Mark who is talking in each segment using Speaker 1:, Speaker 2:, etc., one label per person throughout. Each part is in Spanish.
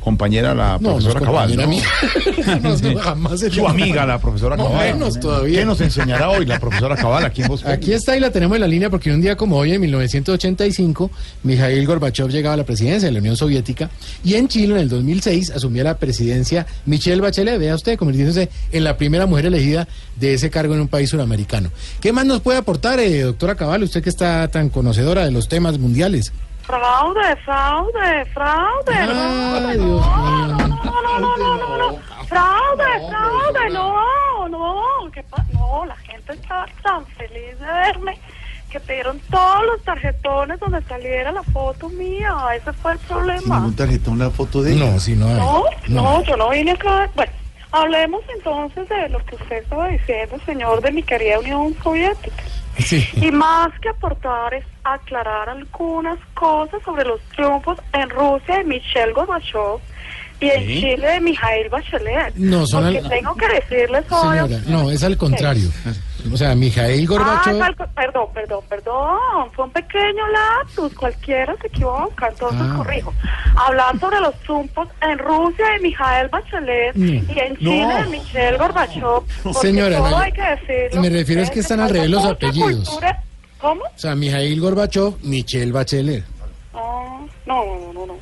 Speaker 1: Compañera la
Speaker 2: No, no es
Speaker 1: profesora Cabal.
Speaker 2: compañera
Speaker 1: ¿no?
Speaker 2: mía. No, no, jamás sería
Speaker 1: Su amiga la profesora
Speaker 2: No,
Speaker 1: Cabal.
Speaker 2: menos todavía.
Speaker 1: ¿Qué nos enseñará hoy la profesora Cabal aquí en Voz
Speaker 2: Aquí
Speaker 1: Populi?
Speaker 2: está y la tenemos en la línea porque un día como hoy, en 1985, Mikhail Gorbachev llegaba a la presidencia de la Unión Soviética y en Chile, en el 2006, asumía la presidencia Michelle Bachelet, vea usted, convirtiéndose en la primera mujer elegida de ese cargo en un país suramericano. ¿Qué más nos puede aportar, eh, doctora Cabal, usted que está tan conocedora de los temas mundiales?
Speaker 3: Fraude, fraude, fraude.
Speaker 2: Ay,
Speaker 3: no,
Speaker 2: Dios
Speaker 3: no,
Speaker 2: mío.
Speaker 3: no, no, no, no, no, no. Fraude, fraude, no, no. ¿qué pa- no, la gente estaba tan feliz de verme que pidieron todos los tarjetones donde saliera la foto mía. Ese fue el problema.
Speaker 4: tarjetón la foto de
Speaker 2: No, sí, no.
Speaker 3: No, no, yo no vine acá. Bueno, hablemos entonces de lo que usted estaba diciendo, señor, de mi querida Unión Soviética.
Speaker 2: Sí.
Speaker 3: Y más que aportar es aclarar algunas cosas sobre los triunfos en Rusia de Michelle Gorbachev y en Chile de Mijail Bachelet.
Speaker 2: No, son
Speaker 3: Porque
Speaker 2: al-
Speaker 3: tengo que decirles hoy...
Speaker 2: Señora, no, es al contrario. O sea, Mijail
Speaker 3: Ah,
Speaker 2: Gorbachev...
Speaker 3: es al co- perdón, perdón, perdón. Fue un pequeño lapsus. Cualquiera se equivoca, entonces
Speaker 2: Ah.
Speaker 3: corrijo. Hablar sobre los triunfos en Rusia de Mijael Bachelet
Speaker 2: Mm.
Speaker 3: y en Chile de Michelle Gorbachev. porque
Speaker 2: Señora,
Speaker 3: todo
Speaker 2: no,
Speaker 3: hay que decirlo.
Speaker 2: me refiero es que están al revés los
Speaker 3: Mucha
Speaker 2: apellidos.
Speaker 3: cultura- ¿Cómo?
Speaker 2: O sea, Mijail Gorbachev, Michelle Bachelet.
Speaker 3: No, no, no, no.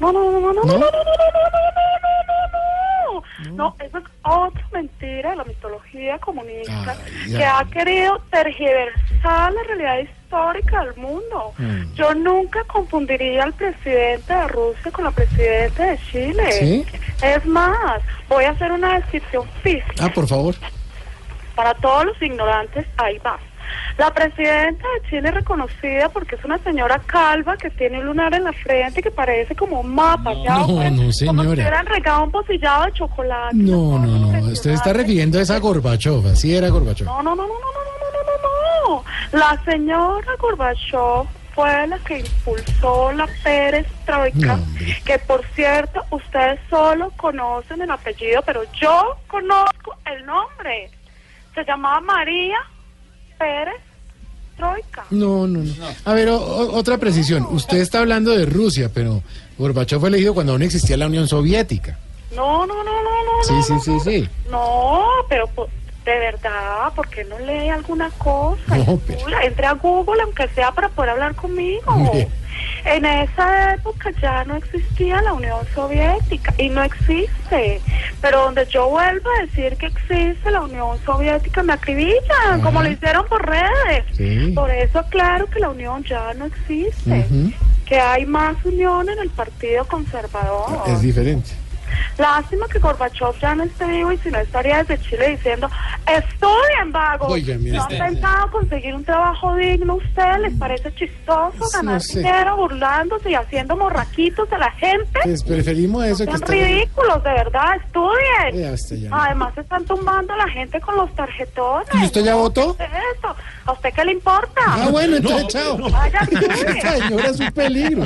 Speaker 3: No, no, no, no, no, no, no, no, no, no, no, no, no, no. No, eso es otra mentira de la mitología comunista
Speaker 2: Ay,
Speaker 3: que
Speaker 2: ay.
Speaker 3: ha querido tergiversar la realidad histórica del mundo. Yo nunca confundiría al presidente de Rusia con la presidenta de Chile.
Speaker 2: ¿Sí?
Speaker 3: Es más, voy a hacer una descripción física.
Speaker 2: Ah, por favor.
Speaker 3: Para todos los ignorantes, ahí va. La presidenta de Chile es reconocida porque es una señora calva que tiene un lunar en la frente que parece como un mapa. ya,
Speaker 2: No,
Speaker 3: pues,
Speaker 2: no,
Speaker 3: Como si
Speaker 2: señora.
Speaker 3: hubieran regado un pocillado de chocolate.
Speaker 2: No,
Speaker 3: Una cosa
Speaker 2: no, no. Usted está
Speaker 3: impresionante.
Speaker 2: refiriendo a esa Gorbachev. Así era Gorbachev.
Speaker 3: No, no, no, no, no, no, no, no, no, no. La señora Gorbachev fue la que impulsó la perestroika,
Speaker 2: No, hombre.
Speaker 3: que por cierto, ustedes solo conocen el apellido, pero yo conozco el nombre. Se llamaba María Perestroika.
Speaker 2: No, no, no. A ver, o- o- otra precisión. Usted está hablando de Rusia, pero Gorbachev fue elegido cuando aún existía la Unión Soviética.
Speaker 3: No, no, no, no, no.
Speaker 2: Sí,
Speaker 3: no,
Speaker 2: sí,
Speaker 3: no,
Speaker 2: sí,
Speaker 3: no.
Speaker 2: sí.
Speaker 3: No, pero po- de verdad, ¿por qué no lee alguna cosa?
Speaker 2: No, pero-
Speaker 3: Google, Entre a Google, aunque sea para poder hablar conmigo.
Speaker 2: Bien.
Speaker 3: En esa época ya no existía la Unión Soviética y no existe. Pero donde yo vuelvo a decir que existe la Unión Soviética, me acribillan, como lo hicieron por redes.
Speaker 2: Sí.
Speaker 3: Por eso, claro que la Unión ya no existe.
Speaker 2: Ujú.
Speaker 3: Que hay más unión en el Partido Conservador.
Speaker 2: Es diferente.
Speaker 3: Lástima que Gorbachev ya no esté vivo y si no estaría desde Chile diciendo, estudien vagos,
Speaker 2: Oiga, mire
Speaker 3: no han
Speaker 2: usted.
Speaker 3: pensado conseguir un trabajo digno, a ustedes les parece chistoso
Speaker 2: Sí,
Speaker 3: ganar
Speaker 2: no sé.
Speaker 3: dinero burlándose y haciendo morraquitos de la gente,
Speaker 2: Pues preferimos eso que
Speaker 3: son
Speaker 2: está.
Speaker 3: ridículos, de verdad, estudien.
Speaker 2: Ya, usted ya.
Speaker 3: Además están tumbando a la gente con los tarjetones.
Speaker 2: ¿Y usted Ah, ya votó?
Speaker 3: ¿Qué es esto? ¿A usted qué le importa?
Speaker 2: Ah, bueno, entonces, chao.
Speaker 3: Vaya, estudien.
Speaker 2: Esta señora es un peligro.